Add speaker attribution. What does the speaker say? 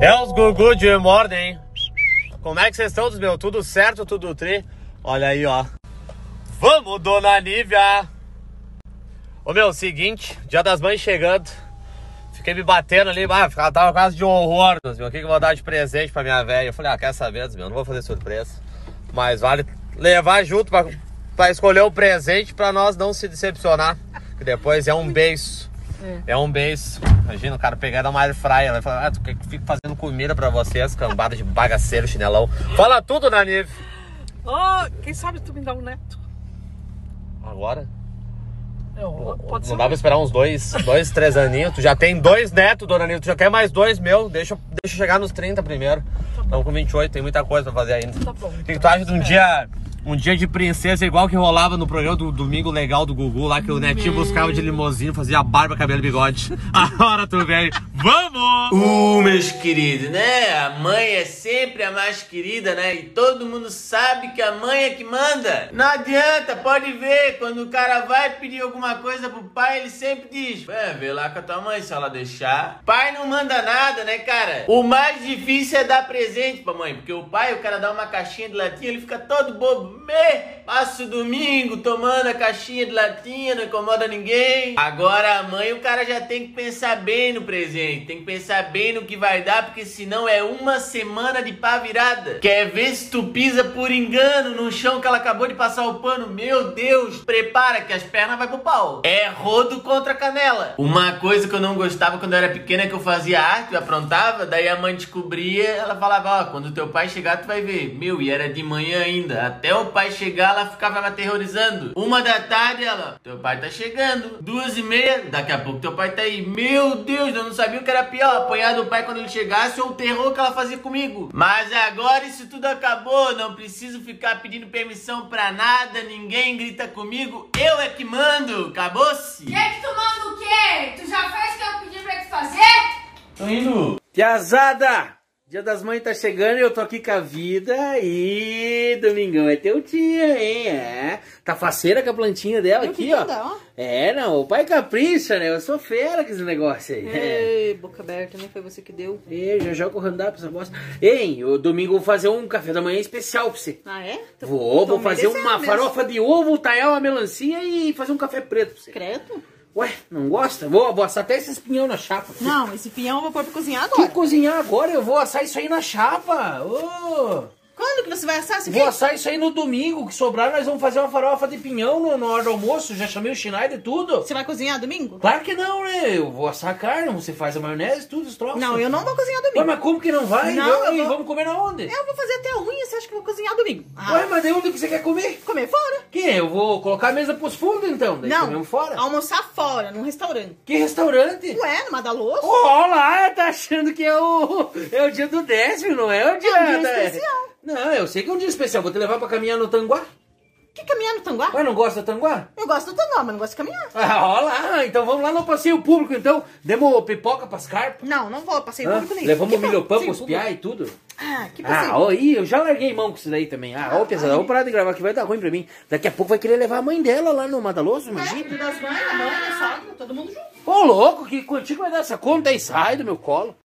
Speaker 1: É os Gugu de Morden. Como é que vocês estão, meu? Tudo certo, tudo tri? Olha aí, ó. Vamos, dona Nívia! Ô meu, seguinte, dia das mães chegando. Fiquei me batendo ali, ah, ela tava quase de horror, Deus meu. O que, que eu vou dar de presente pra minha velha? Eu falei, ah, quer saber, Deus meu? Não vou fazer surpresa. Mas vale levar junto pra, pra escolher o presente pra nós não se decepcionar. Que depois é um beijo. É um beijo. Imagina o cara pegando uma air fryer. Vai falar, ah, tu quer que eu fique fazendo comida pra vocês, cambada de bagaceiro, chinelão. Fala tudo, Nanive.
Speaker 2: Oh, quem sabe tu me dá um neto?
Speaker 1: Agora?
Speaker 2: Eu, pode ser.
Speaker 1: Não dá pra esperar uns dois, dois, três aninhos. Tu já tem dois netos, dona Nilce. Tu já quer mais dois meu? Deixa, eu- deixa eu chegar nos 30 primeiro. Estamos com 28, tem muita coisa pra fazer ainda.
Speaker 2: Tá bom.
Speaker 1: O que, que tu acha de um dia, um dia de princesa igual que rolava no programa do Domingo Legal do Gugu, lá que o netinho buscava de limousine, fazia barba, cabelo e bigode. Agora tu vem. Vamos!
Speaker 3: Uh, meus queridos, né? A mãe é sempre a mais querida, né? E todo mundo sabe que a mãe é que manda. Não adianta, pode ver. Quando o cara vai pedir alguma coisa pro pai, ele sempre diz: Vem, vê lá com a tua mãe se ela deixar. Pai não manda nada, né, cara? O mais difícil é dar presente pra mãe, porque o pai, o cara dá uma caixinha de latinha, ele fica todo bobo. Me passa o domingo tomando a caixinha de latinha, não incomoda ninguém. Agora a mãe, o cara já tem que pensar bem no presente, tem que pensar bem no que vai dar, porque senão é uma semana de pá virada. Quer ver se tu pisa por engano no chão que ela acabou de passar o pano? Meu Deus, prepara que as pernas vai pro pau. É rodo contra canela. Uma coisa que eu não gostava quando eu era pequena é que eu fazia arte, eu aprontava, daí a mãe descobria, ela falava, ó, quando teu pai chegar tu vai ver. Meu, e era de manhã ainda. Até o pai chegar, ela ficava me aterrorizando. Uma da tarde, ela, teu pai tá chegando. Duas e meia, daqui a pouco teu pai tá aí. Meu Deus, eu não sabia o que era pior, apanhar do pai quando ele chegasse ou o terror que ela fazia comigo. Mas agora isso tudo acabou, não preciso ficar pedindo permissão pra nada, ninguém grita comigo, eu é que mando, acabou-se.
Speaker 4: Que que tu manda o quê? Tu já fez o que eu pedi pra te fazer?
Speaker 3: Tô indo. Piazada! Dia das Mães tá chegando e eu tô aqui com a vida e domingão é teu dia, hein? É. Tá faceira com a plantinha dela aqui, ó. É, não, o pai capricha, né? Eu sou fera com esse negócio aí. É.
Speaker 5: Ei, boca aberta, nem foi você que deu.
Speaker 3: E já joga o hand-up essa bosta. Ei, o domingo eu vou fazer um café da manhã especial pra você.
Speaker 5: Ah, é? Tô-
Speaker 3: Vou,
Speaker 5: tô
Speaker 3: vou fazer
Speaker 5: merecendo
Speaker 3: uma
Speaker 5: mesmo.
Speaker 3: farofa de ovo, talhar uma melancia e fazer um café preto pra você.
Speaker 5: Credo?
Speaker 3: Ué, não gosta? Vou, vou assar até esse espinhão na chapa.
Speaker 5: Não, esse pinhão eu vou pôr pra cozinhar
Speaker 3: Que
Speaker 5: agora.
Speaker 3: cozinhar agora? Eu vou assar isso aí na chapa. Ô!
Speaker 5: Quando que você vai assar isso aqui?
Speaker 3: Vou assar isso aí no domingo, que sobrar nós vamos fazer uma farofa de pinhão no, na hora do almoço. Já chamei o Schneider e tudo.
Speaker 5: Você vai cozinhar domingo?
Speaker 3: Claro que não, né? Eu vou assar a carne, você faz a maionese, tudo, os troços.
Speaker 5: Não, eu não vou cozinhar
Speaker 3: Ué,
Speaker 5: domingo.
Speaker 3: mas como que não vai?
Speaker 5: Não,
Speaker 3: Vamos-
Speaker 5: eu vou-
Speaker 3: Vamos comer na onde?
Speaker 5: Eu vou fazer até unha, você acha que eu vou cozinhar domingo? Ah,
Speaker 3: Ué, mas de onde que você quer comer?
Speaker 5: comer fora?
Speaker 3: Que? Eu vou colocar a mesa pros fundos então, daí
Speaker 5: Não,
Speaker 3: comemos fora.
Speaker 5: almoçar fora, num restaurante.
Speaker 3: Que restaurante?
Speaker 5: Ué, numa da louça?
Speaker 3: Olá, tá achando que é o, é o dia do décimo, não é o dia...
Speaker 5: É um dia
Speaker 3: da-
Speaker 5: especial.
Speaker 3: Não, eu sei que é um dia especial. Vou te levar pra caminhar no Tanguá.
Speaker 5: Que caminhar no tanguá?
Speaker 3: Ué, não gosta do Tanguá?
Speaker 5: Eu gosto do tanguá, mas não gosto de caminhar.
Speaker 3: Ah, ó lá, então vamos lá no passeio público, então. Demos pipoca pras carpas.
Speaker 5: Não, não vou, passei
Speaker 3: Hã?
Speaker 5: público nem.
Speaker 3: Ah, Levamos
Speaker 5: Que
Speaker 3: o milho pão
Speaker 5: passeio
Speaker 3: pros
Speaker 5: público?
Speaker 3: piá e tudo.
Speaker 5: Ah, que passeio.
Speaker 3: Ah, ó, ih, eu já larguei mão com isso daí também. Ah, ó, pesada, vou parar de gravar que vai dar ruim pra mim. Daqui a pouco vai querer levar a mãe dela lá no Madaloso,
Speaker 5: É,
Speaker 3: imagina.
Speaker 5: filho das mães, a mãe, a sogra, todo mundo junto.
Speaker 3: Ô, louco, que quantico vai dar essa conta aí? Sai do meu colo.